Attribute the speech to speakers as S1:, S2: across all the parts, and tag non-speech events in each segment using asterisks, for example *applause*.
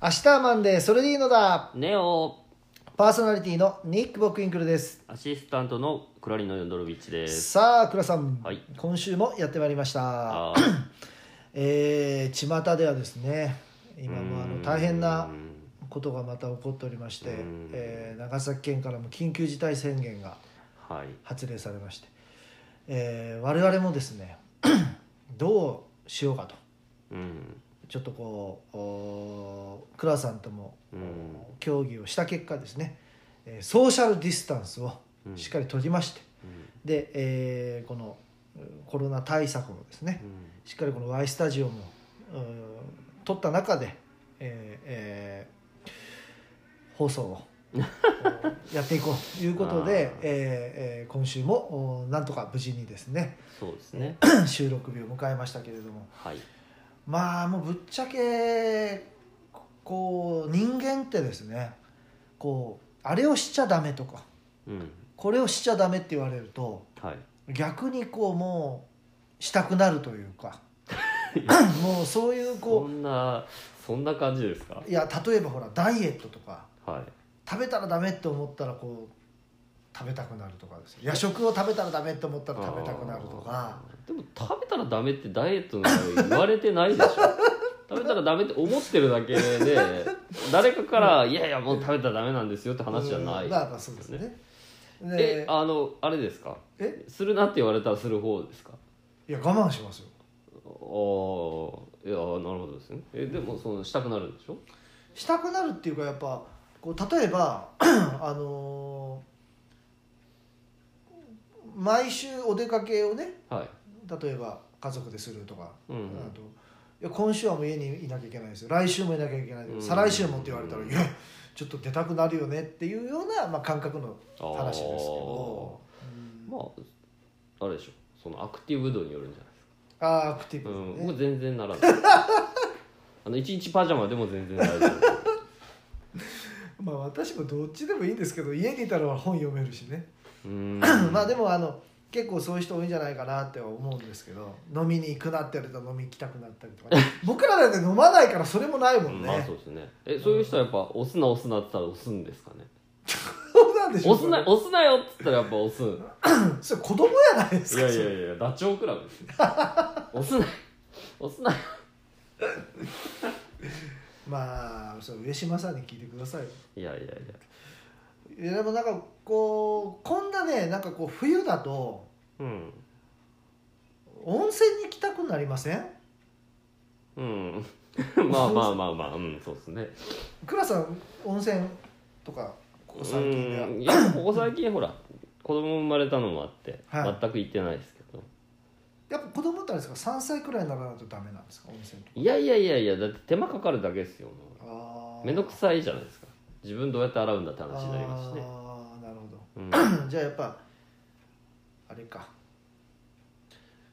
S1: 明日はマンデーそれでいいのだ
S2: ネオ
S1: パーソナリティのニック・ボックインクルです
S2: アシスタントのクラリノ・ヨンドロビッチです
S1: さあ倉さん、
S2: はい
S1: 今週もやってまいりました
S2: あー
S1: えー、巷ではですね今もあ
S2: う
S1: の
S2: ん
S1: 大変なことがまた起こっておりまして
S2: うん、
S1: えー長崎県からも緊急事態宣言が
S2: はい
S1: 発令されまして、えー我々もですね *clears throat* どうしようかと
S2: うん
S1: ちょっとこうおー倉さんとも
S2: うん
S1: 協議をした結果ですね、えーソーシャルディスタンスを
S2: うん
S1: しっかり取りまして、
S2: うん
S1: で、えーこのうんコロナ対策をですねしっかりこの Y スタジオもうん取った中で、えーえー放送
S2: *laughs*
S1: をおやっていこうということで
S2: あー、
S1: えーえー今週もおなんとか無事にですね
S2: *laughs* そうですね
S1: 収録日を迎えましたけれども
S2: はい
S1: まあもうぶっちゃけこう人間ってですねこうあれをしちゃダメとか
S2: うん
S1: これをしちゃダメって言われると
S2: はい
S1: 逆にこうもうしたくなるという
S2: *laughs*
S1: かもうそういう
S2: そ
S1: こ
S2: んなそんな感じですか
S1: ういや例えばほらダイエットとか
S2: はい
S1: 食べたらダメって思ったらこう食べたくなるとかですよ夜食を食べたらダメって思ったら食べたくなるとか
S2: あーでも食べたらダメってダイエットなんか言われてないでしょ
S1: *laughs*
S2: 食べたらダメって思ってるだけで誰かから「いやいやもう食べたらダメなんですよ」って話じゃな
S1: う
S2: い
S1: んまあまあそうですね
S2: え
S1: で
S2: あのあれですか
S1: え
S2: するなって言われたらする方ですか
S1: いや我慢しますよ
S2: ああいやなるほどですねえでもそのしたくなるんでしょ
S1: したくなるっていうかやっぱこう例えば *clears throat* あのー毎週お出かけをね
S2: はい
S1: 例えば家族でするとか、
S2: うんうん
S1: あといや今週はもう家にいなきゃいけないですよ来週もいなきゃいけないですよ、
S2: うん
S1: 再来週もって言われたら、
S2: うん
S1: いやちょっと出たくなるよねっていうような、まあ、感覚の話ですけどうん
S2: まああれでしょそのアクティブ度によるんじゃないですか
S1: ああアクティブ
S2: うん
S1: ですね、
S2: 僕全然ならない *laughs* あの一日パジャマでも全然大丈夫
S1: まあ私もどっちでもいいんですけど家にいたら本読めるしね、
S2: うーん
S1: *clears throat* まあでもあの結構そういう人多いんじゃないかなっては思うんですけど飲みに行くなってやると飲み行きたくなったりとか、 *laughs* 僕らだって飲まないからそれもないもんね、
S2: まあそうですねえそういう人はやっぱ押すな押すなって言ったら押すんですかね
S1: そうなんでしょ
S2: 押すな
S1: それ
S2: 押すなよって言ったらやっぱ押すい
S1: それ子供やないですか
S2: やい
S1: それ
S2: やいやダチョウ倶楽部ですよ押すな押すな
S1: まあそれ上島さんに聞いてくださいよ
S2: いやいやいや
S1: いやでもなんかこうこんなねなんかこう冬だと
S2: うん
S1: 温泉に行きたくなりません
S2: うん *laughs* まあまあまあまあうんそうですね
S1: 倉さん温泉とかここ最近では
S2: うんいやここ最近ほら子供生まれたのもあって、
S1: はい
S2: 全く行ってないですけど
S1: やっぱ子供ってあれですか3歳くらいにならないとダメなんですか温泉とか
S2: いやいやいやいやだって手間かかるだけですよもう
S1: あー
S2: めんどくさいじゃないですか自分どうやって洗うんだって話になりますしね、
S1: あーなるほど *clears throat*
S2: うん、
S1: じゃあやっぱあれか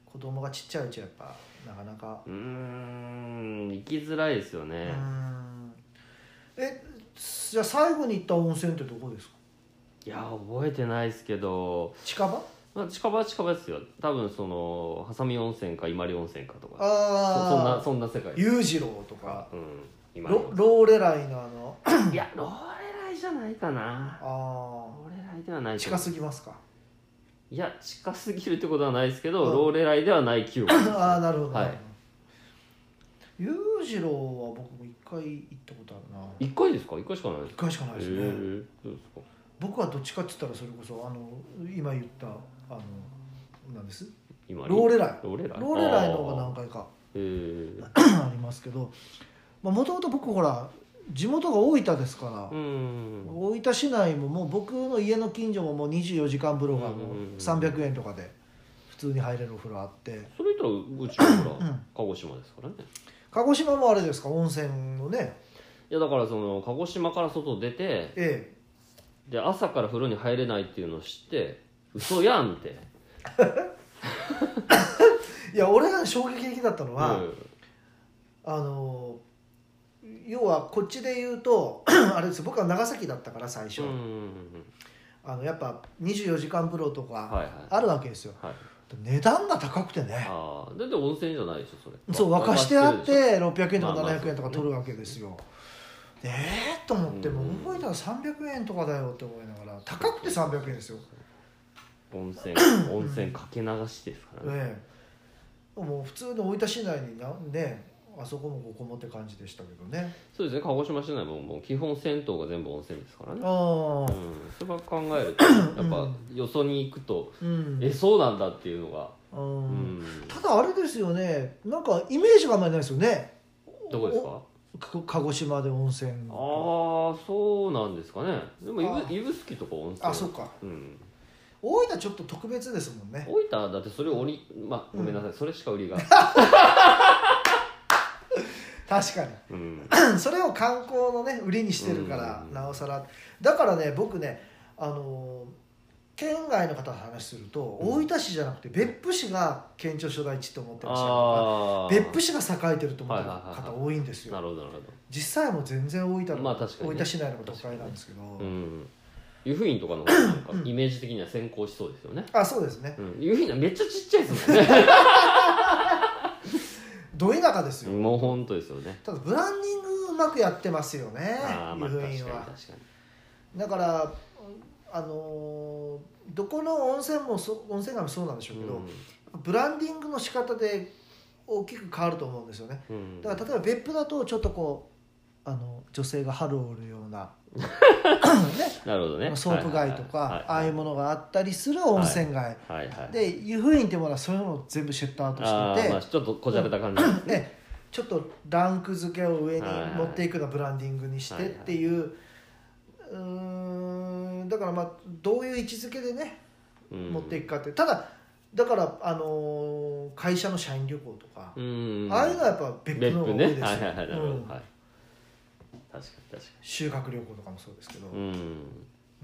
S1: 子供がちっちゃいうちはやっぱなかなか
S2: うーん行きづらいですよ
S1: う
S2: ね、
S1: んえじゃあ最後に行った温泉ってどこですか
S2: いや覚えてないですけど、
S1: 近場
S2: まあ、近場は近場ですよ多分その波佐見温泉か伊万里温泉かとかそそんな
S1: ああ
S2: そんな世界
S1: 裕次郎とか
S2: うん今
S1: ロローレライのあの
S2: いやローレライじゃないかなロ
S1: あ
S2: ーレライではない
S1: あ
S2: と思う
S1: 近すぎますか
S2: いや近すぎるってことはないですけど、
S1: うん
S2: ローレライではない記憶で
S1: *laughs*
S2: す
S1: ああなるほど、
S2: はい
S1: 裕次郎は僕も一回行ったことあるな
S2: 一回ですか一回しかないです
S1: 一回しかない
S2: へ
S1: です
S2: え
S1: ね、
S2: そうですか
S1: 僕はどっちかって言ったらそれこそあの今言ったあのなんです
S2: 今
S1: ローレラ
S2: ローレラ
S1: イ
S2: イ
S1: ローレライの方が何
S2: か
S1: 回か *coughs*
S2: へえ
S1: ありますけどもともと僕ほら地元が大分ですから、
S2: うん
S1: 大分市内ももう僕の家の近所ももう24時間風呂がも
S2: うんうんうん
S1: う300円とかで普通に入れるお風呂あって
S2: それ言ったらうちはほら
S1: うん
S2: 鹿児島ですからね
S1: 鹿児島もあれですか温泉のね
S2: いやだからその鹿児島から外出て
S1: え
S2: で朝から風呂に入れないっていうのを知って嘘やんって、
S1: えいや俺が衝撃的だったの
S2: う
S1: は、
S2: ん
S1: あの要はこっちで言うと *coughs* あれです僕は長崎だったから最初、
S2: うんうん
S1: あのやっぱ24時間風呂とか
S2: はいはい
S1: あるわけですよ、
S2: はい
S1: 値段が高くてね
S2: ああだって温泉じゃないでしょそれ
S1: そう沸かしてあっ
S2: 沸かしてるでして
S1: 600円とか
S2: まあまあ
S1: 700円とか取るわけですよ、ええー、と思って
S2: うん
S1: もう動いたら300円とかだよって思いながら高くて300円ですよ、
S2: 温泉温泉かけ流しですからね、
S1: ええもう普通の大分市内になねあそこもここもって感じでしたけどね
S2: そうですね鹿児島市内ももう基本銭湯が全部温泉ですからね
S1: あ
S2: う
S1: あ
S2: ん、そればっか考えるとやっぱよそに行くと、
S1: うん
S2: えそうなんだっていうのが、
S1: う
S2: うんん、
S1: ただあれですよねなんかイメージがあんまりないですよね
S2: どこですか
S1: か鹿児島で温泉
S2: ああそうなんですかねでも
S1: あー
S2: 指宿とか温泉
S1: あそっか
S2: うん、
S1: 大分ちょっと特別ですもんね
S2: 大分だってそれをりまあごめんなさい、それしか売り
S1: *laughs*
S2: が、
S1: 確かに
S2: うん、
S1: それを観光のね売りにしてるから、
S2: うん
S1: なおさらだからね僕ねあのー県外の方と話すると、
S2: うん
S1: 大分市じゃなくて別府市が県庁所在地と思ってらっしゃると
S2: あ
S1: か
S2: あ
S1: 別府市が栄えてると思ってる
S2: はいはいはい
S1: 方
S2: は
S1: 多いんですよ、
S2: なるほどなるほ
S1: 実際はもう全然大分の、
S2: まあ確かにね
S1: 大分市内のこと都会なんですけど、
S2: どうん湯布院とかの方がなんかイメージ的には先行しそうですよね、
S1: あそうですね
S2: うん、湯布院はめっちゃちっちゃいですもんね
S1: *laughs* ど田舎ですよ、
S2: もう本当ですよね。
S1: ただブランディングうまくやってますよね
S2: ああ、ま
S1: 湯布
S2: あ、確かに、
S1: 院
S2: 確
S1: は
S2: かに。
S1: だからあのーどこの温泉もそう温泉街もそうなんでしょうけど、ブランディングの仕方で大きく変わると思うんですよね
S2: うんうん
S1: だから例えば別府だとちょっとこうあの女性が春を売るよう
S2: *laughs*
S1: な、
S2: なるほどね。
S1: ね、ソープ街とかあ
S2: は
S1: あ
S2: い
S1: いうものがあったりする温泉街
S2: はいはい。
S1: で湯布院ってものはそういうのを全部シェットアウト
S2: あ
S1: し
S2: あ、
S1: て
S2: まあ、
S1: て
S2: ちょっとこじゃれ
S1: *coughs*
S2: た感じですね。
S1: でちょっとランク付けを上に
S2: はいはい
S1: 持っていくのをブランディングにしてっていううーんだからまあどういう位置づけでね
S2: うん
S1: 持っていくかってただだからあのー会社の社員旅行とか。
S2: うん。
S1: ああいうのはやっぱ別府の方が多い
S2: ね。
S1: です
S2: は
S1: よ
S2: いはいはい、なるほ
S1: う
S2: ど。
S1: ん
S2: はい。確かに、確か
S1: 修学旅行とかもそうですけど、
S2: に。うん。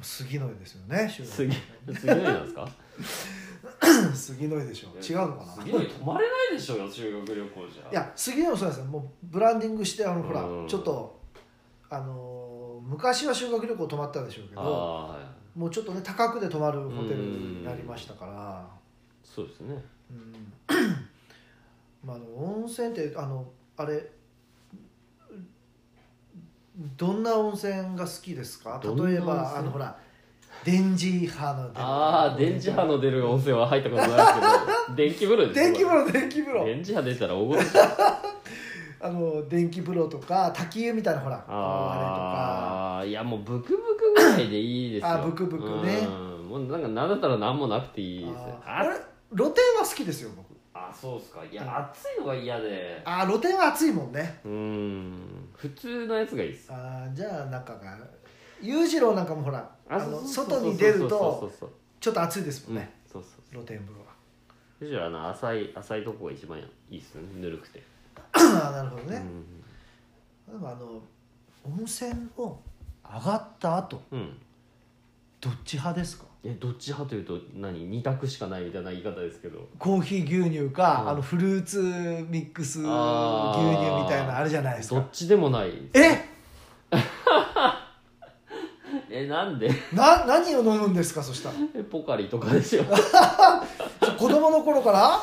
S1: 杉の井ですよね修
S2: す
S1: 学
S2: げえ、すげえなんですか。
S1: *laughs* 杉の井でしょ違うのかな
S2: すごい、泊まれないでしょうよ、修学旅行じゃ。
S1: いや杉の井もそうなんですよもうブランディングしてあのほら
S2: うん
S1: ちょっとあのー昔は修学旅行泊まったんでしょうけ
S2: あ
S1: ど
S2: あ、はい。
S1: もうちょっとね高くで泊まるホテルになりましたから
S2: そうですね。
S1: うんまああの温泉ってあのあれどんな温泉が好きですか
S2: どんな
S1: 例え
S2: 温
S1: ば
S2: 泉
S1: あのほら電磁派の出る
S2: ああ、電磁波の出る温泉は入ったことないです
S1: *laughs*
S2: けど。電気風呂ですよ。
S1: 電気風呂電気風呂
S2: 電磁波出たら大ごと
S1: あの電気風呂とか滝湯みたいなほらあ
S2: ああいやもうブクブクぐらいでいいですよ
S1: あブクブクね
S2: うんもうなんかなんだったら何もなくてい
S1: れ
S2: いで
S1: と
S2: す
S1: か
S2: よ
S1: ああれ
S2: あ
S1: 露天は好きですよ僕
S2: あそうっすかいや暑いのが嫌で
S1: あー露天は暑いもんね
S2: うん普通のやつがいいっす
S1: あーじゃあ中が裕次郎なんかもほらあ
S2: そう
S1: の
S2: そう
S1: 外に出る
S2: そう
S1: と
S2: そうそうそう
S1: ちょっと暑いです
S2: そう
S1: もん
S2: うん
S1: ね、
S2: そうそう
S1: 露天風呂は
S2: むしろあの浅い浅いとこが一番いいっすよねぬるくて
S1: あ
S2: *coughs*
S1: ーなるほど
S2: う
S1: ね、
S2: ん
S1: でもあの温泉を上がった後
S2: うん
S1: どっち派ですか
S2: えどっち派というと何二択しかないみたいな言い方ですけど
S1: コーヒー牛乳か、
S2: うん
S1: あのフルーツミックス牛乳み
S2: あー
S1: たいなあるじゃないです
S2: ど
S1: か
S2: っちでもない
S1: え
S2: えなんで *laughs*
S1: な何を飲むんですかそしたら
S2: ポカリとかですよ
S1: そ子供の頃から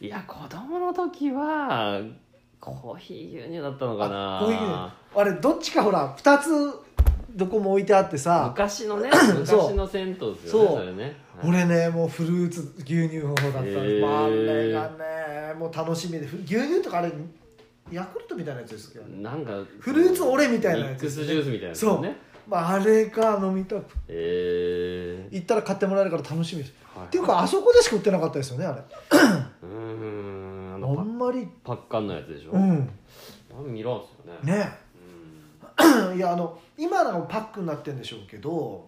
S2: いや子供の時はコーヒー牛乳だったのかな
S1: こういうあれどっちかほら2つどこも置いてあってさ
S2: 昔のね
S1: *coughs* そう
S2: 昔の銭湯ですよね
S1: そ
S2: そうれねはい
S1: 俺ねもうフルーツ牛乳の方だったんです、
S2: へー
S1: まああれがねもう楽しみでふ牛乳とかあれヤクルトみたいなやつですけど、
S2: なんか
S1: フルーツオレみたいなや
S2: ミッ
S1: つで
S2: ク
S1: す
S2: ス
S1: ね
S2: ジュースみたいなやつですね
S1: まあ、あれが飲みたく
S2: え
S1: 行ったら買ってもらえるから楽しみです
S2: ー、はい
S1: っていうかあそこでしか売ってなかったですよねあれ
S2: うーんあ
S1: あ
S2: の
S1: んまり
S2: パパッカンのやつでしょ、
S1: うん
S2: あん、見ろんすよね
S1: ね
S2: うん
S1: いやあの今なんかパックになってんでしょうけど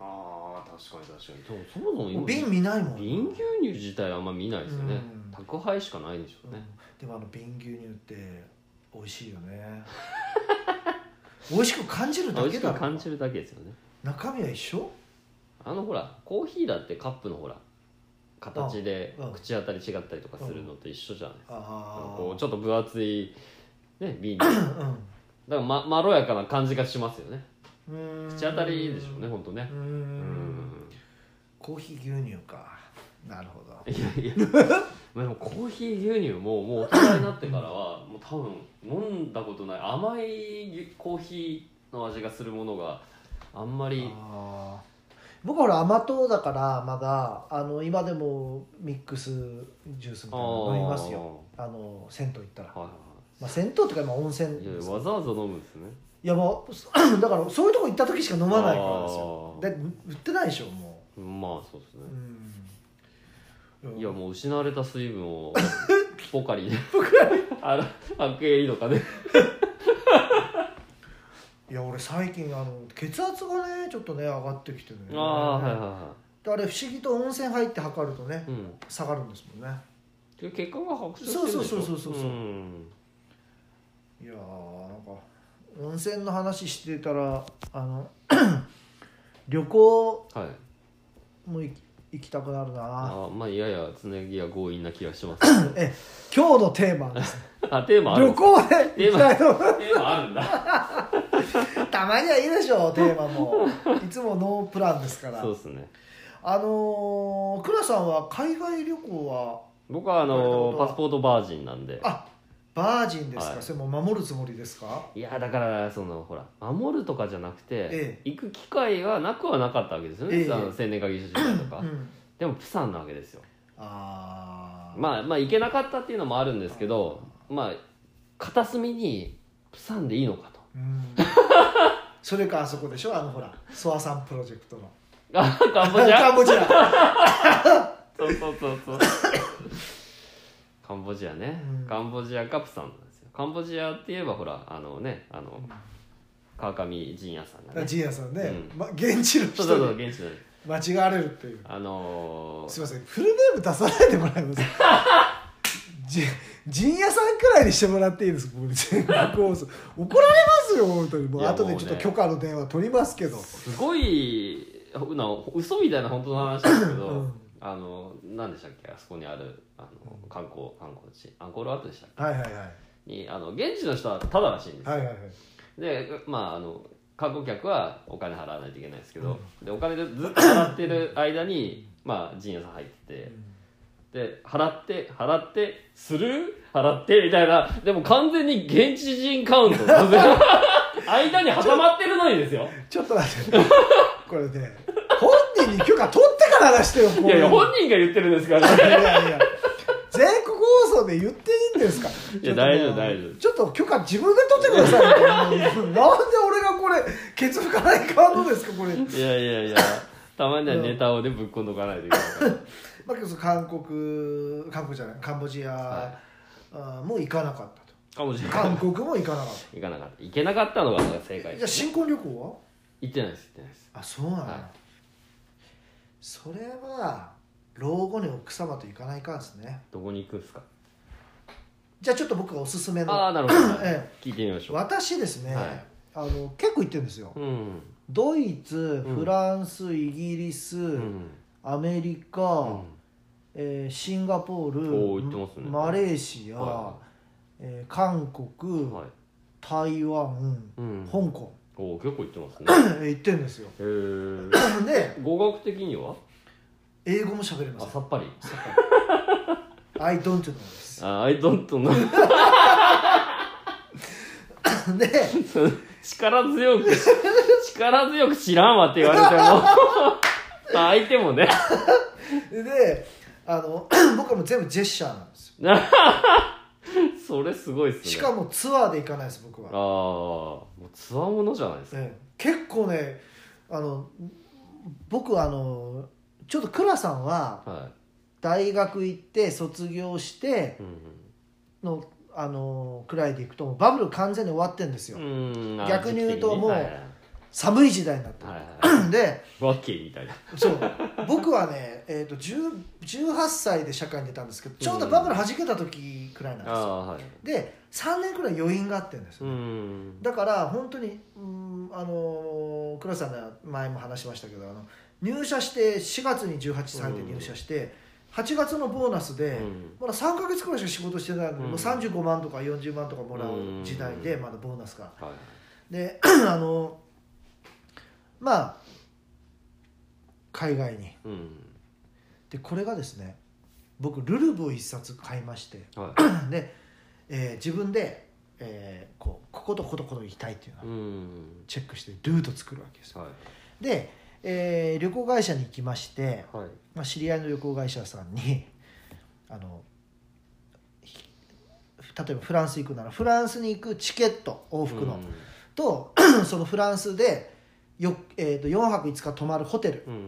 S2: ああ確かに確かにそもそも今
S1: 瓶見ないもん
S2: 瓶牛乳自体あんま見ないですよね、
S1: うん
S2: 宅配しかないんでしょうね、
S1: でもあの瓶牛乳って美味しいよね美味しく感じるだ
S2: 美
S1: け
S2: 味し
S1: だ
S2: く
S1: ろ
S2: 感じるだけですよね
S1: 中身は一緒
S2: あのほらコーヒーだってカップのほら形で
S1: うん
S2: 口当たり違ったりとかするのと一緒じゃないですか
S1: ああ
S2: こうちょっと分厚い、ね、
S1: *coughs*
S2: 瓶でだか
S1: う
S2: ら、ま、まろやかな感じがしますよね
S1: ん
S2: 口当たりでしょうねほんと
S1: う
S2: ね
S1: ー
S2: うんん
S1: コーヒー牛乳かなるほど
S2: いやいや *laughs* まあ、でもコーヒー牛乳ももう大人になってからはもう多分飲んだことない甘い牛コーヒーの味がするものがあんまり
S1: あー僕はほら甘党だからまだあの今でもミックスジュースみたいなの飲みますよあの銭湯行ったら、
S2: はいは
S1: まあ、銭湯とか今温泉
S2: いはいい
S1: です
S2: やわざわざ飲むんですね
S1: いやもう *clears throat* だからそういうとこ行った時しか飲まないからですよ
S2: あ
S1: で
S2: ー
S1: 売ってないでしょも
S2: まあそうですね
S1: う、うん
S2: いやもう失われた水分をポカリであらアクエリとかね
S1: いや俺最近あの血圧がねちょっとね上がってきてね
S2: ああはいはいは
S1: であれ不思議と温泉入って測るとね
S2: いうん
S1: 下がるんですもんね
S2: で血管が白色してるでしょ
S1: そうそうそうそうそうそうんいやーなんか温泉の話してたらあの *coughs* 旅行
S2: はい
S1: も行き行きたくなるな
S2: あまあいややつなぎは強引な気がします
S1: *laughs* え今日のテーマ
S2: あテーマある
S1: 旅行で行きたいの
S2: テーマあるんだ
S1: *laughs* たまにはいいでしょテーマもいつもノープランですから
S2: そうですね
S1: あのー、倉さんは海外旅行は
S2: 僕はあ
S1: なるほ
S2: の
S1: ど
S2: パスポートバージンなんで
S1: あバージンですか、
S2: はい
S1: それも守るつもりですか
S2: いやだからそのほら守るとかじゃなくて、
S1: え
S2: 行く機会がなくはなかったわけですよね、
S1: ええ
S2: あの青年会議所時代とか、
S1: うん
S2: でもプサンなわけですよ
S1: ああ
S2: まあまあ行けなかったっていうのもあるんですけどまあ片隅にプサンでいいのかと
S1: うん *laughs* それかあそこでしょあのほらソアさんプロジェクトの
S2: あカンボジ
S1: カ
S2: ア
S1: ンボジ
S2: *laughs*
S1: ア
S2: そうそうそう
S1: *laughs*
S2: そうカンボジアね、
S1: うん
S2: カンボジアかプサンなんですよカンボジアって言えばほらあのねあの川上仁也さんがね
S1: ジーヤさんね、
S2: う
S1: ま、現地の
S2: そうそうそ
S1: 人
S2: う
S1: に
S2: 現地の
S1: 間違われるっていう
S2: あのー
S1: すいませんフルネーム出さないでもらえます *laughs* じ陣屋さんくらいにしてもらっていいです僕全国放送怒られますよ本当にもう
S2: いや
S1: 後で
S2: もう
S1: ちょ
S2: ね
S1: っと許可の電話取りますけど
S2: すごいな嘘みたいな本当の話ですけど、
S1: うん
S2: あの何でしたっけあそこにあるあの観光観光地アンコールワットでしたっ
S1: はいはいはい
S2: けにあの現地の人はタダらしいんですよ、
S1: はいはいはい
S2: でまああの観光客はお金払わないといけないですけど、でお金でずっと払ってる間にまあ陣屋さん入っててで払って払ってする払ってみたいなでも完全に現地人カウント *laughs* なんですよ間に挟まってるのにですよ
S1: ちょっと待って *laughs* これね本人に許可取ってから話してよこう
S2: いやいや本人が言ってるんですからね
S1: いやいや全国放送で言っていいんですか
S2: いや大丈夫大丈夫
S1: ちょっと許可自分で取ってくださいよ *laughs* なんで俺がこれケツ拭かないカードですかこれ
S2: *laughs* いやいやいや、たまにはネタをね、ぶっこんどかないといけないから。
S1: まあけどその韓国韓国じゃないカンボジア、
S2: は
S1: あーもう行かなかったと *laughs*
S2: かもしれない。
S1: 韓国も行かなかっ
S2: 行かなかった。行けなかったのが正
S1: た
S2: 解
S1: じゃあ新婚旅行は
S2: 行ってないです、行ってないです。
S1: あそうなんだ、
S2: はい
S1: それは老後に奥様と行かないかんですね
S2: どこに行くんですか
S1: じゃあちょっと僕がおすすめ
S2: あ
S1: の
S2: あ、なるほど。
S1: え
S2: 聞いてみましょう。
S1: 私ですね、
S2: はい
S1: あの結構行ってるんですよ、
S2: うん。
S1: ドイツ
S2: うん
S1: フランス、イギリス、
S2: うん。
S1: アメリカ、えーシンガポール
S2: おー行ってますね
S1: マレーシア、
S2: は
S1: えー韓
S2: い。
S1: 国、
S2: はい。
S1: 台湾、
S2: うん。
S1: 香港
S2: おお、結構行ってます
S1: *laughs*
S2: ね。
S1: 行ってるんですよ
S2: へー
S1: で
S2: 語学的には
S1: 英語も喋れま
S2: あ、
S1: す
S2: さっぱり。
S1: I don't know です
S2: あ、I don't know. *laughs*
S1: で
S2: 力強く、力強く知らんわって言われても。 *laughs* 相手もね。 *laughs*
S1: であの *clears throat* 僕はもう全部ジェスチャーなんですよ
S2: それすごいっすね。
S1: しかもツアーで行かないです僕
S2: ああ、
S1: は、
S2: もうつわものじゃないですか。
S1: ええ結構ねあの僕あのちょっと倉さんは
S2: は
S1: 大学行って卒業して
S2: い。うん
S1: のあのくらいでいくともうバブル完全に終わってんです
S2: う
S1: よ、
S2: ん。うん
S1: 逆に言うともう
S2: はいはいはい
S1: 寒い時代になって
S2: はい
S1: る、
S2: は
S1: *laughs* で
S2: い。ワッキーみたいな。
S1: そう僕はね、えー、と10 18歳で社会に出たんですけどちょうどバブル弾けた時くらいなんです
S2: あ
S1: よ、
S2: あ、はい。
S1: で3年くらい余韻があってるんです
S2: う
S1: よ、
S2: ん。
S1: だから本当にうんあのー倉さんの前も話しましたけどあの入社して4月に18歳で入社して、8月のボーナスで、
S2: うん
S1: まだ3か月くらいしか仕事してないのに、
S2: うん
S1: もう35万とか40万とかもらう時代で、
S2: う
S1: まだボーナスが。
S2: はい。
S1: であのまあ海外に
S2: うん。
S1: でこれがですね僕ルルブを一冊買いまして
S2: は
S1: で、えー自分で、えーこうこことこことここと行きたいっていうの
S2: い。う
S1: を
S2: ん。
S1: チェックしてルート作るわけですよ
S2: は
S1: で、えー旅行会社に行きまして、
S2: い。はい。
S1: まあ、知り合いの旅行会社さんに *laughs* あのひ例えばフランス行くならフランスに行くチケット往復の、と *clears throat* そのフランスでよ、えー、と4泊5日泊まるホテル
S2: うん。うん。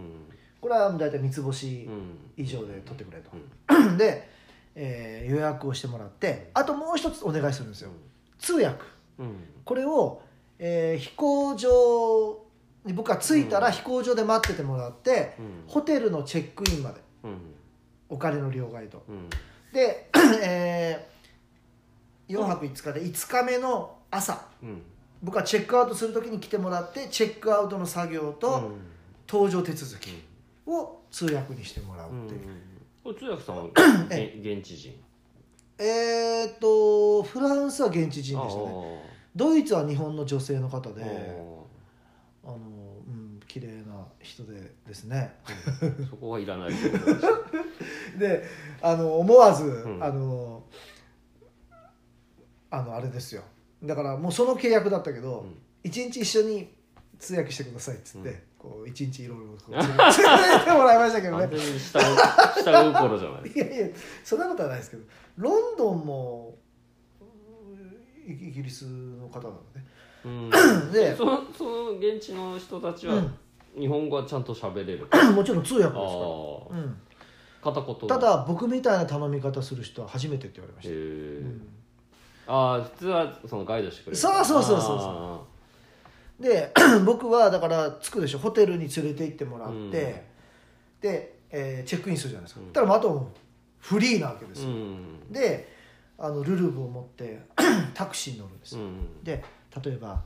S1: これは大体三つ星
S2: うん。
S1: 以上で取ってくれと
S2: うん。
S1: で、えー予約をしてもらってあともう一つお願いするんですよ通訳
S2: うん。
S1: これを、えー飛行場に僕は着いたら
S2: うん
S1: 飛行場で待っててもらって、
S2: うん。
S1: ホテルのチェックインまで
S2: うん。
S1: お金の両替と
S2: うん。
S1: で、 *clears throat* え4泊5日で5日目の朝
S2: うん。
S1: 僕はチェックアウトする時に来てもらってチェックアウトの作業と、
S2: うん
S1: 搭乗手続きを通訳にしてもらうっていう、
S2: これ通訳さんは
S1: え
S2: げん現地人
S1: えーっとフランスは現地人でしたね
S2: ね
S1: ドイツは日本の女性の方で
S2: あ
S1: あのうん綺麗な人でですね
S2: ーそこはいらない
S1: であの思わず、
S2: ん
S1: あのあのあれですよだからもうその契約だったけど
S2: うん
S1: 一、日一緒に通訳してくださいっつって、
S2: うん
S1: こう一日いろいろこう連れてもらいましたけどね
S2: 完全に下を下心じゃない
S1: いやいやそんなことはないですけどロンドンもうんイギイギリスの方なのね
S2: うん
S1: で
S2: でそのその現地の人たちは日本語はちゃんと喋れる
S1: *clears throat* もちろん通訳ですから、
S2: ああ
S1: うん、
S2: 片言
S1: ただ僕みたいな頼み方する人は初めてって言われま
S2: へ
S1: し
S2: え
S1: た、うん
S2: ああ普通はそのガイドしてくれる
S1: そうそうそうそうそう
S2: あ
S1: で *clears throat* 僕はだから着くでしょホテルに連れて行ってもらって、
S2: うん
S1: で、えーチェックインするじゃないですか、
S2: うん
S1: たらもうあともうフリーなわけで
S2: ー
S1: す
S2: う
S1: よ、
S2: ん
S1: であのルルブを持って *clears throat* タクシーに乗るんです
S2: う
S1: よ、
S2: ん
S1: で例えば、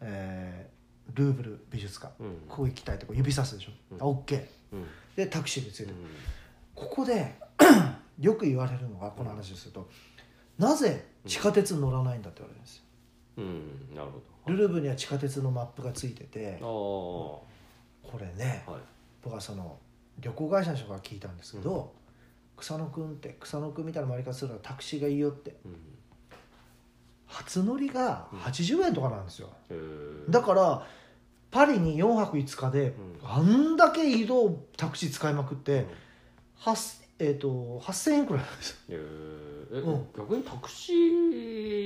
S1: えールーブル美術館
S2: うん
S1: ここ行きたいとこ指さすでしょ、
S2: うん
S1: あオッケー
S2: うん
S1: でタクシーに連れて
S2: う
S1: る、
S2: ん
S1: ここで *clears throat* よく言われるのがこの話をすると、なぜ地下鉄に乗らないんだって言われるんですよ、
S2: うんなる
S1: ルルブには地下鉄のマップがついてて
S2: ほ
S1: これね
S2: どああはい
S1: 僕はその旅行会社の人から聞いたんですけど、草野くんって草野くんみたいな回り方するのはタクシーがいいよって
S2: うん
S1: 初乗りが80円とかなんですよ、
S2: へー
S1: だからパリに4泊5日で
S2: うん
S1: あんだけ移動タクシー使いまくっ
S2: うん
S1: て、はっえー、と8000円くらいなんですよ
S2: えーえ
S1: うん
S2: 逆にタクシ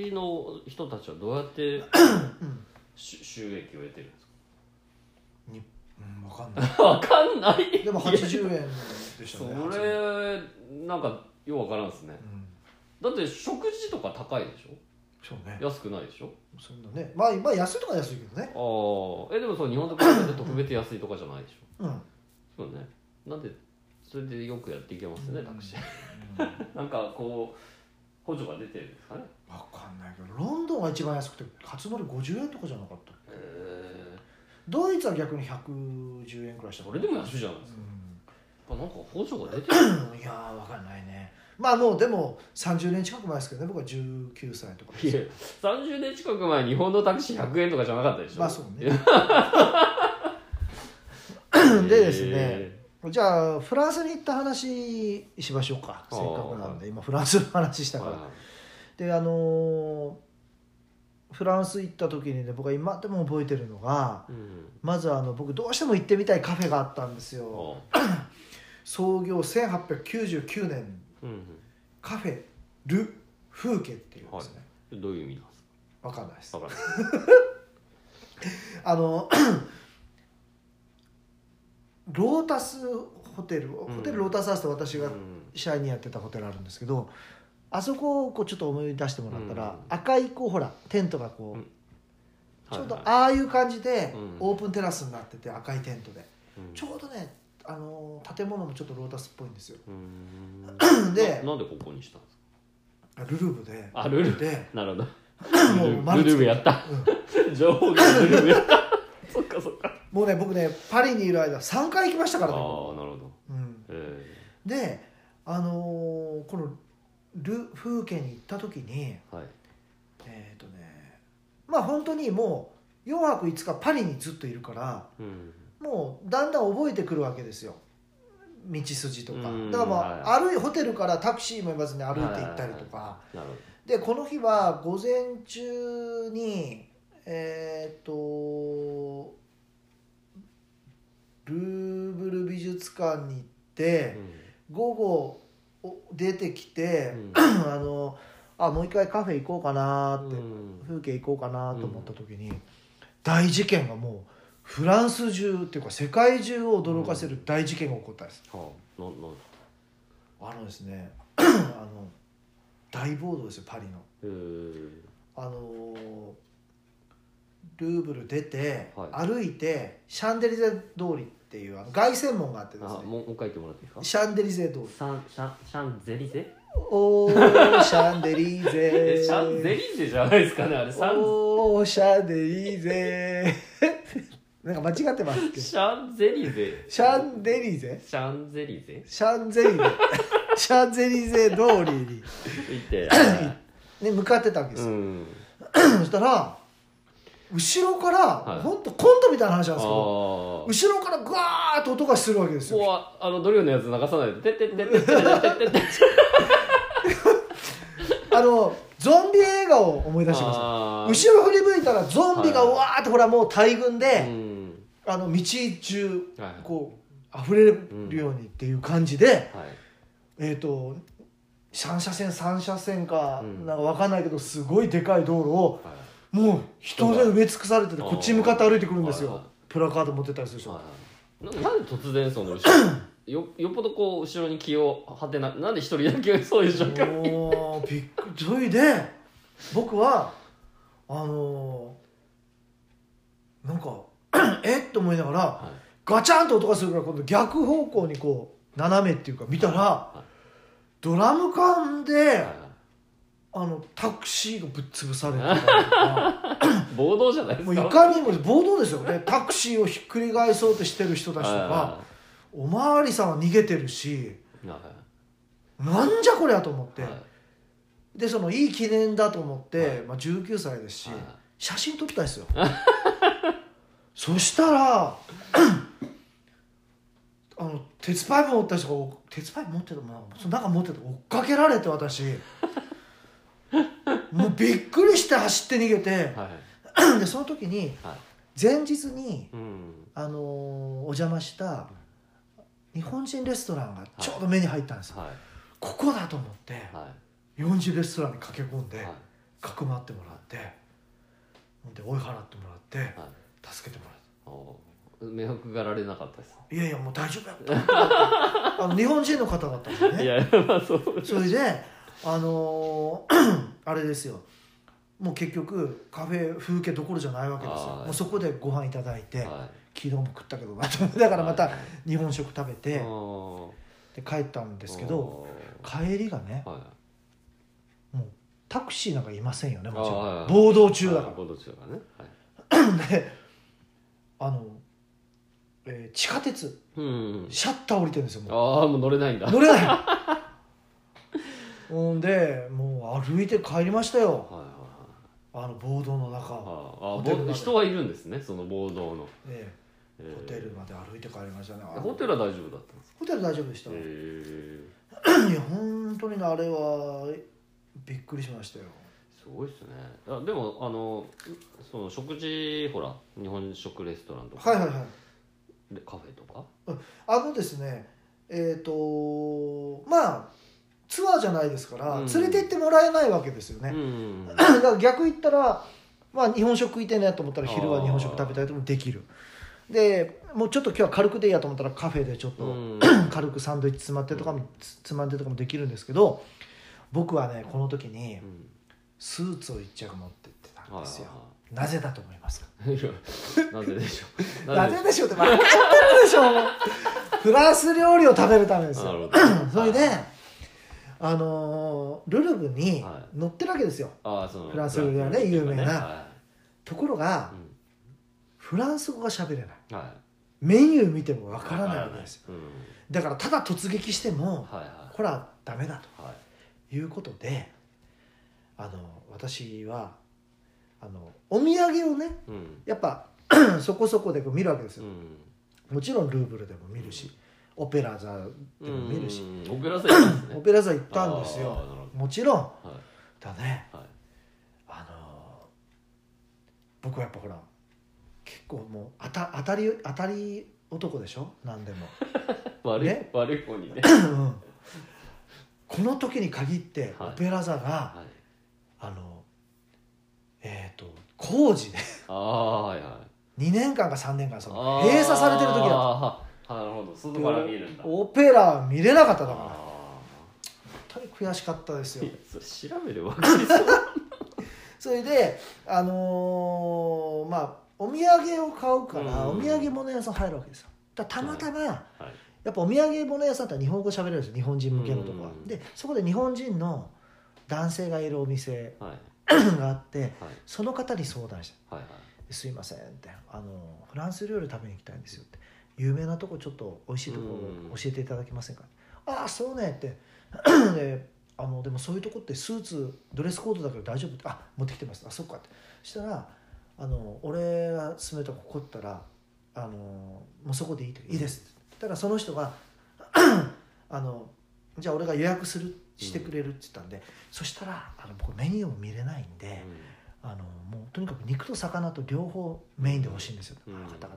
S2: ーの人たちはどうやって
S1: うん
S2: し収益を得てる
S1: *laughs*
S2: んです
S1: うん、分かんない
S2: かわかんない
S1: でも80円でした
S2: そ
S1: ね
S2: れなんかようわからんですね
S1: うん
S2: だって食事とか高いでしょ
S1: そうね
S2: 安くないでしょ
S1: そんなねまあまあ安いとか安いけどね
S2: ああえでもその日本と比べて特別安いとかじゃないでしょ
S1: うん
S2: そうねなんでそれでよくやっていけますねタクシー、 *laughs* なんかこう補助が出てるんですかね
S1: 分かんないけどロンドンが一番安くて初乗り50円とかじゃなかった
S2: へえ
S1: ドイツは逆に110円くらいした
S2: それでも安いじゃないです
S1: う
S2: かなんか補助が出てる
S1: んいやー分かんないねまあもうでも30年近く前ですけどね僕は19歳とか
S2: *laughs* いや30年近く前日本のタクシー100円とかじゃなかったでしょ
S1: まあそうね
S2: ね
S1: *laughs* でですねじゃあフランスに行った話しましょうか
S2: あ
S1: せっ
S2: ー
S1: かくなんで今フランスの話したから、であのーフランス行った時にね僕は今でも覚えてるのが
S2: うん
S1: まずあの僕どうしても行ってみたいカフェがあったんですよ
S2: あ
S1: 創業1899年
S2: うん
S1: カフェル・フーケっていうですね、
S2: どういう意味なんです
S1: わかんないです
S2: かわかんない
S1: あの *clears throat* ロータスホテルホテルロータスハウスと私が
S2: うん
S1: 社員にやってたホテルあるんですけどあそこをこうちょっと思い出してもらったら、
S2: うん
S1: 赤いこうほらテントがこう、
S2: うん
S1: ちょうど
S2: はいはい
S1: ああいう感じで、
S2: うん
S1: オープンテラスになってて赤いテントで
S2: うん
S1: ちょうどねあの建物もちょっとロータスっぽいんですよ
S2: うーん
S1: で
S2: ななんでここにしたんですか
S1: ルルブで
S2: あルルブ
S1: で
S2: なるほど
S1: もう丸
S2: ル
S1: つけ
S2: ルブ
S1: て
S2: やった
S1: うん
S2: 情報がルルブやったそっかそっか
S1: もうね僕ねパリにいる間3回行きました
S2: ああ
S1: か
S2: な
S1: ら
S2: る
S1: ね
S2: ほど
S1: うん、
S2: え
S1: であのーこのル風景に行った時に
S2: えはい
S1: えっ、とねまあ本当にもう4泊5日パリにずっといるから
S2: うん
S1: もうだんだん覚えてくるわけですよ道筋とか
S2: うん
S1: だからまあ、
S2: は
S1: 歩いホテルからタクシーも呼ばずに歩いて行ったりとか、
S2: なるほ
S1: でこの日は午前中にえーっとルーブル美術館に行って
S2: ど、
S1: 午後お出てきて、あのあもう一回カフェ行こうかなって、
S2: うん
S1: 風景行こうかなと思った時に、大事件がもうフランス中っていうか世界中を驚かせる大事件が起こったんです。
S2: はあなんなん
S1: あのです
S2: *laughs*
S1: ねあの大暴動ですよパリの。
S2: えー
S1: あのールーブル出て、
S2: は
S1: 歩いてシャンデリゼ通りっていうあの凱旋門があってです
S2: あ
S1: ね
S2: もうもう一回言ってもらっていいです
S1: シャンデリゼ通
S2: *laughs*
S1: り
S2: かシャンシャンシャンゼリゼ
S1: おーシャンデリ
S2: え
S1: ゼ
S2: シャンゼリゼじゃないですかねあれシャン
S1: おーシャンデリ
S2: *laughs*
S1: ゼなんか間違ってますけど
S2: シャンゼリゼ
S1: シャンデリゼ
S2: シャンゼリゼ
S1: シャンゼ
S2: *laughs*
S1: リゼシャンゼリゼ通りに、
S2: 行って
S1: ね、向かってたわけです
S2: う
S1: よ、
S2: ん
S1: そしたら後ろから、
S2: はい
S1: ほんとコントみたいな話なんで
S2: ああ
S1: すけど後ろからぐわーっと音がするわけです
S2: ここ
S1: よ
S2: はあのドリルのやつ流さないで「てってってってってってって」
S1: あのゾンビ映画を思い出してください
S2: あ
S1: 後ろ振り向いたらゾンビが
S2: はいう
S1: わーってほらもう大群で、
S2: ろうん
S1: あの道中
S2: はい
S1: こう溢れるようにっていう感じで、
S2: はい
S1: えっ、と3車線3車線か、
S2: うん
S1: なんか分かんないけどすごいでかい道路を
S2: はい
S1: もう人で埋め尽くされてて
S2: 人が
S1: こっちに向かって歩いてくるんです
S2: はい
S1: よ
S2: はい
S1: プラカード持ってたりするでしょ、
S2: はいななんで突然その後ろよよっぽどこう後ろに気を張ってななんで一人だけそういう状況
S1: もうびっくりそれで僕はあのーなんか *clears throat* えっと思いながら
S2: はい
S1: ガチャンと音がするから今度逆方向にこう斜めっていうか見たら
S2: い
S1: ドラム缶で
S2: はいは
S1: あのタクシーがぶっ潰されてたりと
S2: *laughs*
S1: か
S2: い暴動じゃないで
S1: も
S2: す
S1: うい
S2: か
S1: かにも暴動ですよ
S2: *laughs*
S1: ねタクシーをひっくり返そうとしてる人たちとかおまわりさんは逃げてるし
S2: はいはいはい
S1: なんじゃこりゃと思って
S2: はい
S1: でそのいい記念だと思って、
S2: はい
S1: まあ、19歳ですし、
S2: はい
S1: 写真撮ったんです
S2: *laughs*
S1: よそしたら *coughs* あの鉄パイプ持った人がお鉄パイプ持ってたまあその中持ってた追っかけられて
S2: *laughs*
S1: 私もうびっくりして走って逃げて *coughs*
S2: はい
S1: でその時に
S2: はい
S1: 前日に、
S2: うん
S1: あのーお邪魔した日本人レストランがちょうど目に入ったんですよ、
S2: はい
S1: ここだと思って、
S2: は
S1: 日本人レストランに駆け込ん
S2: い
S1: で、
S2: はい
S1: かくまってもらってほんで追い払ってもらって
S2: はい
S1: 助けてもらっ
S2: おー迷惑がられなかったです
S1: ていやいやもう大丈夫やった *laughs* あの日本人の方だったんでね
S2: いやまあそう
S1: それであのー *clears throat* あれですよもう結局カフェ風景どころじゃないわけですよ
S2: はい
S1: もうそこでご飯いただいて、
S2: は
S1: 昨日も食ったけど *laughs* なと思ってだ
S2: い
S1: からまた
S2: はい
S1: 日本食食べて
S2: おー
S1: で帰ったんですけど
S2: お
S1: 帰りがね
S2: ーはい
S1: タクシーなんかいませんよねもち
S2: あーはい
S1: ろ
S2: は
S1: ん
S2: い
S1: 暴動中だから
S2: はい暴動中だからねは
S1: *laughs*
S2: い
S1: であの、えー地下鉄
S2: うん
S1: シャッター降りてるんですよも
S2: ああもう乗れないんだ
S1: う乗れない *laughs* ほんでもう歩いて帰りましたよ
S2: はいはいはい
S1: あの暴動の中を、
S2: ああ
S1: ホ
S2: あ
S1: テルまで
S2: ぼ人はいるんですねその暴動の、
S1: え
S2: え
S1: え
S2: ー
S1: ホテルまで歩いて帰りましたねあの
S2: ホテルは大丈夫だったんですか
S1: ホテル大丈夫でした、
S2: へえ
S1: いや本当にねあれはびっくりしましたよ
S2: すごいですねあでもあのその食事ほら日本食レストランとか、
S1: はいはいはい
S2: でカフェとか
S1: あのですねえっ、とまあツアーじゃないですから、
S2: うん
S1: 連れて行ってもらえないわけですよね、
S2: うん
S1: だから逆言ったら、まあ、日本食いてえなと思ったら昼は日本食食べたいともできるでもうちょっと今日は軽くでいいやと思ったらカフェでちょっと、
S2: うん
S1: 軽くサンドイッチつまってとかもつつまんでとかもできるんですけど僕はねこの時に
S2: うん
S1: スーツを一着持ってってたんですよ
S2: は
S1: なぜだと思いますか
S2: いはいはいなぜでしょ
S1: *laughs*
S2: う
S1: な
S2: で
S1: ぜでしょうって分かってるでしょもうフランス料理を食べるためです
S2: しょうな
S1: よ
S2: るほど
S1: *clears throat* それで
S2: はい
S1: あのールルブに
S2: は
S1: 乗ってるわけですよ
S2: ああその
S1: フランス料理はね
S2: フランス料理
S1: 有
S2: とか
S1: 名な
S2: は
S1: ところが
S2: いうん
S1: フランス語が喋れない
S2: は
S1: メニュー見てもわ
S2: い
S1: からないわけですよ
S2: うん
S1: だからただ突撃しても
S2: はいは
S1: これはダメだ
S2: いはい
S1: ということであの私はあのお土産をね
S2: うん
S1: *clears throat* やっぱそこそこでこう見るわけです
S2: う
S1: よ
S2: ん
S1: もちろんルーブルでも見るしオペラ座でも見るし、
S2: うんオペラ座行ったんです
S1: オ
S2: ね
S1: ペラ座行ったんです
S2: あーなる
S1: よもちろん
S2: ほどはい
S1: だね
S2: はい
S1: あのー僕はやっぱほら結構もうあた当たり当たり男でしょ何でも、
S2: 悪い、
S1: ね
S2: 悪い
S1: *coughs*
S2: 方にね
S1: うんこの時に限って
S2: はい
S1: オペラ座が、
S2: はい
S1: あのえっ、と工事で
S2: ああはいはい
S1: 2年間か3年間その
S2: あー
S1: 閉鎖されてる時だっ
S2: あーはなるほど外から見えるんだ
S1: たオペラ見れなかっただから
S2: あ
S1: 本当に悔しかったです
S2: ーい
S1: よ
S2: やそれ調べれば分かりそう
S1: それであのーまあお土産を買うから、
S2: うん
S1: お土産物屋さん入るわけですよだからたまたま、
S2: はい
S1: やっぱお土産物屋さんって日本語喋れるんですよ日本人向けのとこは、
S2: うん
S1: でそこで日本人の男性がいるお店
S2: はい
S1: があって
S2: はい
S1: その方に相談して
S2: はいは
S1: 「
S2: い
S1: すいません」ってあの「フランス料理食べに行きたいんですよ」って「有名なとこちょっと美味しいとこ
S2: うん
S1: 教えていただけませんか?」ああそうね」って *clears throat* 「であのでもそういうとこってスーツドレスコードだから大丈夫」って「あ持ってきてます」「あそっか」ってしたらあの「俺が勧めたここったらあのもうそこでいいっていいです」って言ったらその人が *clears throat* 「あのじゃあ俺が予約するしてくれる」って言ったんで、そしたらあの僕メニューも見れないんで。あのもうとにかく肉と魚と両方メインで欲しいんですよ、
S2: うん
S1: あの方々っ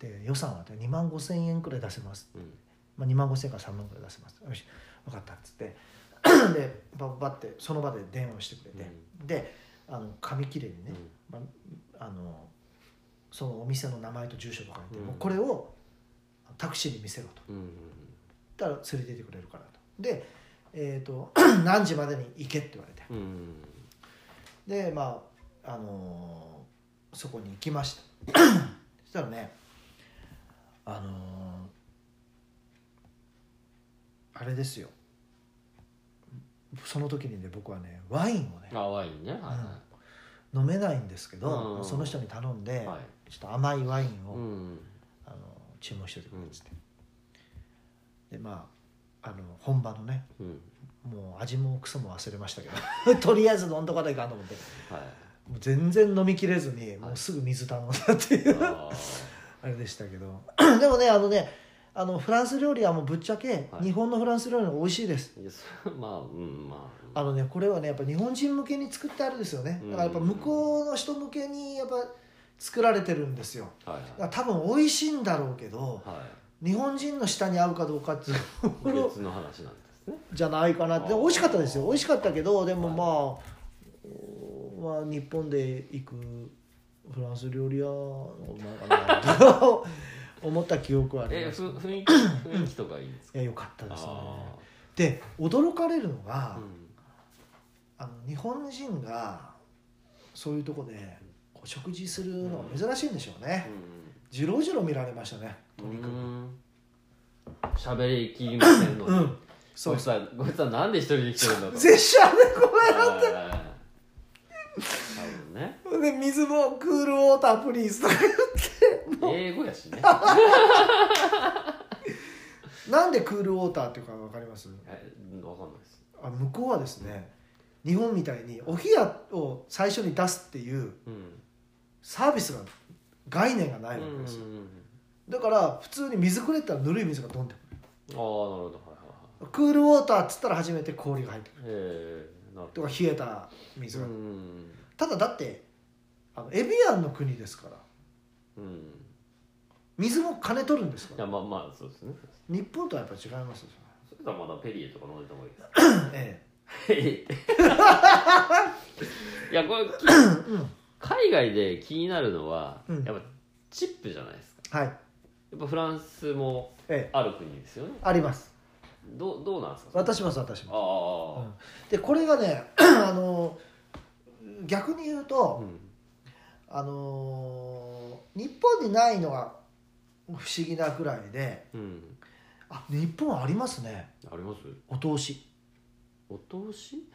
S1: てで予算は2万5千円くらい出せます、
S2: うんうん
S1: まあ、2万5千円から3万くらい出せますよし分かったっつって *coughs* でバッバッてその場で電話をしてくれて、であの紙切れにね、まあ、あのそのお店の名前と住所とかにて、
S2: うん
S1: もうこれをタクシーに見せろと
S2: うんうん
S1: 言ったら連れて行ってくれるからとで、えー、と *coughs* 何時までに行けって言われて
S2: うんうん
S1: でまああのーそこに行きました
S2: *coughs*
S1: そしたらねあのーあれですよその時にね僕はねワインをね
S2: あワインねはいは
S1: 飲めないんですけ
S2: うんう
S1: ど
S2: ん
S1: その人に頼ん
S2: い
S1: で、
S2: はい
S1: ちょっと甘いワインを、
S2: うん
S1: あの注文しといてくれっつって、でまああの本場のね
S2: うん
S1: もう味もクソも忘れましたけど *laughs* とりあえず飲んどかないかんと思って
S2: はい
S1: もう全然飲みきれずにもうすぐ水頼んだっていう、 *laughs*
S2: あ
S1: あれでしたけ
S2: *coughs*
S1: どでもねあのねあのフランス料理はもうぶっちゃけ、
S2: はい
S1: 日本のフランス料理の方が美味しいです
S2: ーいやそれはまあうんまあ
S1: あのねこれはねやっぱ日本人向けに作ってあるんですよねだからやっぱ向こうの人向けにやっぱ作られてるんですよ
S2: はい
S1: だから
S2: は
S1: 多分美味しいんだろうけど
S2: いは
S1: 日本人の舌に合うかどうかっていうとこ
S2: い
S1: ろ
S2: 別の話なんですね
S1: じゃないかなって
S2: あ
S1: で
S2: ー
S1: 美味しかったですよ美味しかったけどでもまあお、まあ、日本で行くフランス料理屋なんかなと思った記憶はあり
S2: え
S1: ます
S2: ふ *coughs* 雰囲気雰囲気とかいいんですか
S1: いや良かったですね
S2: あ
S1: で驚かれるのが
S2: ー、うん
S1: あの日本人がそういうとこでこう食事するのが珍しいんでしょうね、じろじろ見られましたねと
S2: うん
S1: にかく
S2: うん喋りきりませんの
S1: う
S2: に
S1: んそ
S2: こ
S1: う
S2: いつはこいつはなんで一人で来てる
S1: *laughs*
S2: んだと
S1: 拙者ねこれ
S2: 多分ね
S1: で水もクールウォータープリーズとか
S2: 英語やしね
S1: なんでクールウォーターっていうかわかります
S2: えわかんないです
S1: あ向こうはですね日本みたいにお冷やを最初に出すっていう
S2: うん
S1: サービスが概念が
S2: う
S1: なんいわ
S2: うんう
S1: け
S2: ん
S1: ですよ
S2: うん
S1: だから普通に水くれたらぬるい水がどんでく
S2: ああなるほどはいはいはい
S1: るクールウォーターっつったら初めて氷が入ってくる
S2: ええなる
S1: とか冷えた水
S2: ほ
S1: が、
S2: どうん
S1: ただだってあのエビアンの国ですから
S2: うん
S1: 水も金取るんです
S2: い
S1: か
S2: や
S1: ら
S2: まあまあそうですね
S1: 日本とはやっぱ違いますよ
S2: *laughs* それとはまだペリエとか飲んでた方がいいです
S1: え
S2: ペリエっていやこれき
S1: えうん
S2: 海外で気になるのは
S1: うん
S2: やっぱチップじゃないですか
S1: はい
S2: やっぱフランスも
S1: ええ
S2: ある国ですよね
S1: あります
S2: どうどうなんですか
S1: 私もそう私も
S2: あ
S1: でこれがね *clears throat* あの逆に言う
S2: あ
S1: と
S2: う、ん
S1: あのー日本にないのが不思議なくらいで
S2: うん
S1: あ日本はありますね
S2: あります
S1: お通し
S2: お通し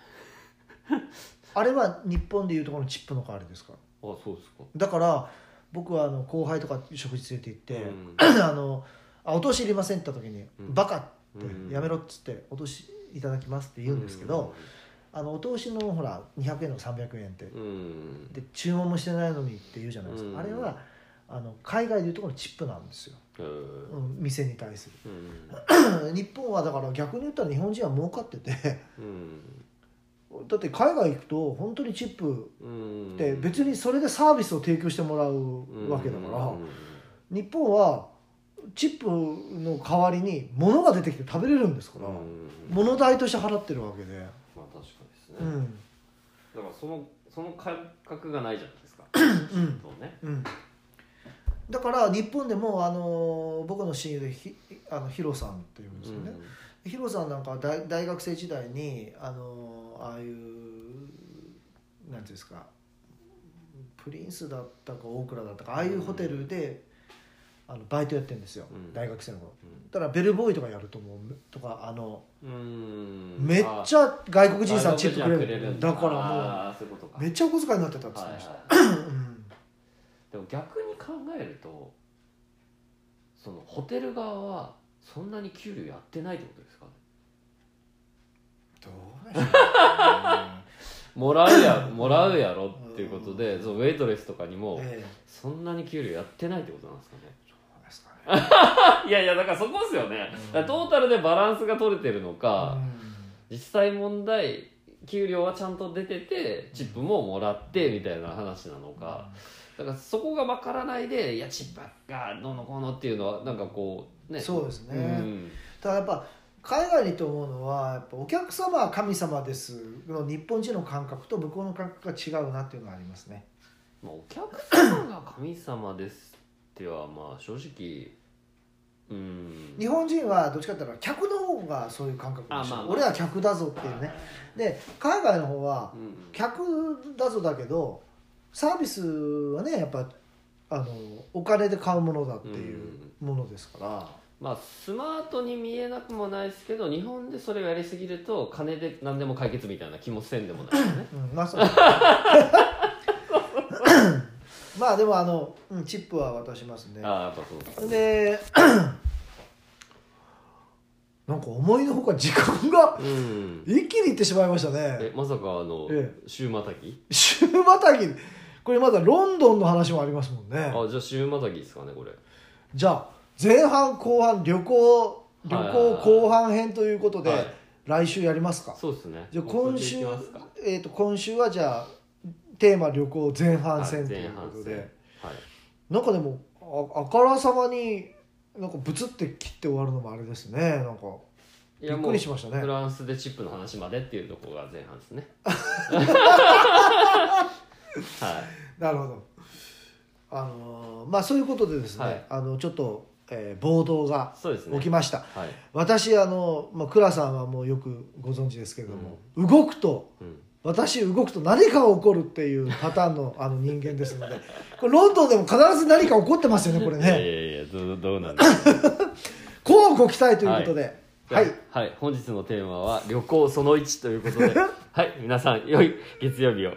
S1: あれは日本でいうところのチップの代わりですか
S2: あそうですか
S1: だから僕はあの後輩とか食事連れて行って、 *clears throat* あのあお通しいりませんって言った時に「
S2: うん
S1: バカ!」って
S2: うん
S1: 「やめろ」っつって「お通しいただきます」って言うんですけど、あのお通しのほら200円の300円って
S2: うん、うん
S1: で注文もしてないのにって言うじゃないですか、
S2: うん
S1: あれはあの海外でいうところのチップなんですよ、
S2: うん
S1: うん、店に対する
S2: うん
S1: 日本はだから逆に言ったら日本人は儲かってて
S2: うん
S1: だって海外行くと本当にチップ
S2: うん
S1: って別にそれでサービスを提供してもらうわけだから、
S2: うん
S1: 日本はチップの代わりに物が出てきて食べれるんですから、
S2: うん
S1: 物代として払ってるわけで、
S2: まあ確かですね、
S1: う
S2: だ
S1: ん
S2: からそのその感覚がないじゃない
S1: *clears throat*
S2: ですか
S1: うん
S2: そうね
S1: うん、だから日本でもあの僕の親友でひあのヒロさんっていうんですよね、ヒロさんなんかは大大学生時代にあのああいうなんていうんですかプリンスだったかオークラだったかああいうホテルで、あのバイトやってるんですよ、
S2: うん
S1: 大学生の頃
S2: うん
S1: だからベルボーイとかやるともうとかあの
S2: うん
S1: めっ
S2: あ
S1: ちゃ外国人さんチップ
S2: 外
S1: く
S2: 国
S1: れ
S2: 人は
S1: る
S2: ん
S1: だから
S2: あーそういうこと
S1: も
S2: か
S1: うめっちゃお小遣いになってたって言って
S2: はい
S1: ま
S2: は
S1: した、
S2: い
S1: うん
S2: でも逆に考えるとそのホテル側はそんなに給料やってないってことですかね
S1: どうでしょうね
S2: もらうやもらうやろっていうことで、
S1: うん
S2: そのウェイトレスとかにも
S1: ええ
S2: そんなに給料やってないってことなんですかね
S1: そうですかね
S2: *laughs* いやいやだからそこですよね
S1: うん
S2: だからトータルでバランスが取れてるのか、
S1: う
S2: 実際問題給料はちゃんと出ててチップももらってみたいな話なの
S1: ん
S2: か、だからそこがわからないでいやチップがどうのこうのっていうのはなんかこうね
S1: そうですね
S2: うん
S1: ただやっぱ海外にと思うのはやっぱお客様は神様ですの日本人の感覚と向こうの感覚が違うなっていうのはありますね
S2: まあ、お客様が神様ですってはまあ正直うん
S1: 日本人はどっちかって言ったら客の方がそういう感覚でしょ
S2: あまあまあ
S1: 俺は客だぞっていうねで海外の方は
S2: うんうん
S1: 客だぞだけどサービスはねやっぱあのお金で買うものだっていうものですから、
S2: まあスマートに見えなくもないですけど日本でそれをやりすぎると金で何でも解決みたいな気もせんでもないよね
S1: うん、ま
S2: *laughs*
S1: あそうまあでもあの、うん、チップは渡しますね
S2: ああやっぱそうですね
S1: で *coughs* なんか思いのほか時間が
S2: うん
S1: 一気にいってしまいましたね
S2: えまさかあの
S1: え
S2: 週またぎ
S1: 週またぎこれまだロンドンの話もありますもんね
S2: あじゃあ週またぎですかねこれ
S1: じゃあ前半後半旅行旅
S2: はいはい
S1: 行
S2: はい
S1: 後半編ということで、
S2: はい
S1: 来週やりますか
S2: そうですね
S1: じゃあ今週
S2: もうそれでいきますか
S1: えー、と今週はじゃあテーマ旅行前半
S2: は
S1: 戦
S2: い
S1: とい
S2: 前
S1: うこ
S2: 半
S1: と
S2: 戦
S1: で、
S2: はい
S1: なんかでもああからさまになんかブツって切って終わるのもあれですねなんか
S2: い
S1: び
S2: や
S1: っ
S2: も
S1: く
S2: う
S1: りしました
S2: フ
S1: ね
S2: ランスでチップの話までっていうところが前半で
S1: *laughs*
S2: すねは
S1: なるほどあのーまあそういうことでですね、
S2: はい
S1: あのちょっと、えー暴動が
S2: いそうですね
S1: 起きました、
S2: はい、
S1: 私あの、まあ、倉さんはもうよくご存知ですけれども、動くと
S2: うん、
S1: 私動くと何かが起こるっていうパターン
S2: *laughs*
S1: のあの人間ですのでこれロンドンでも必ず何か起こってますよねこれ
S2: いやい
S1: ね
S2: やいやどうどうなんですか
S1: こうご期待ということで、
S2: は
S1: はいい、 *laughs*
S2: はい、本日のテーマは旅行その1ということではい皆さん良い月曜日を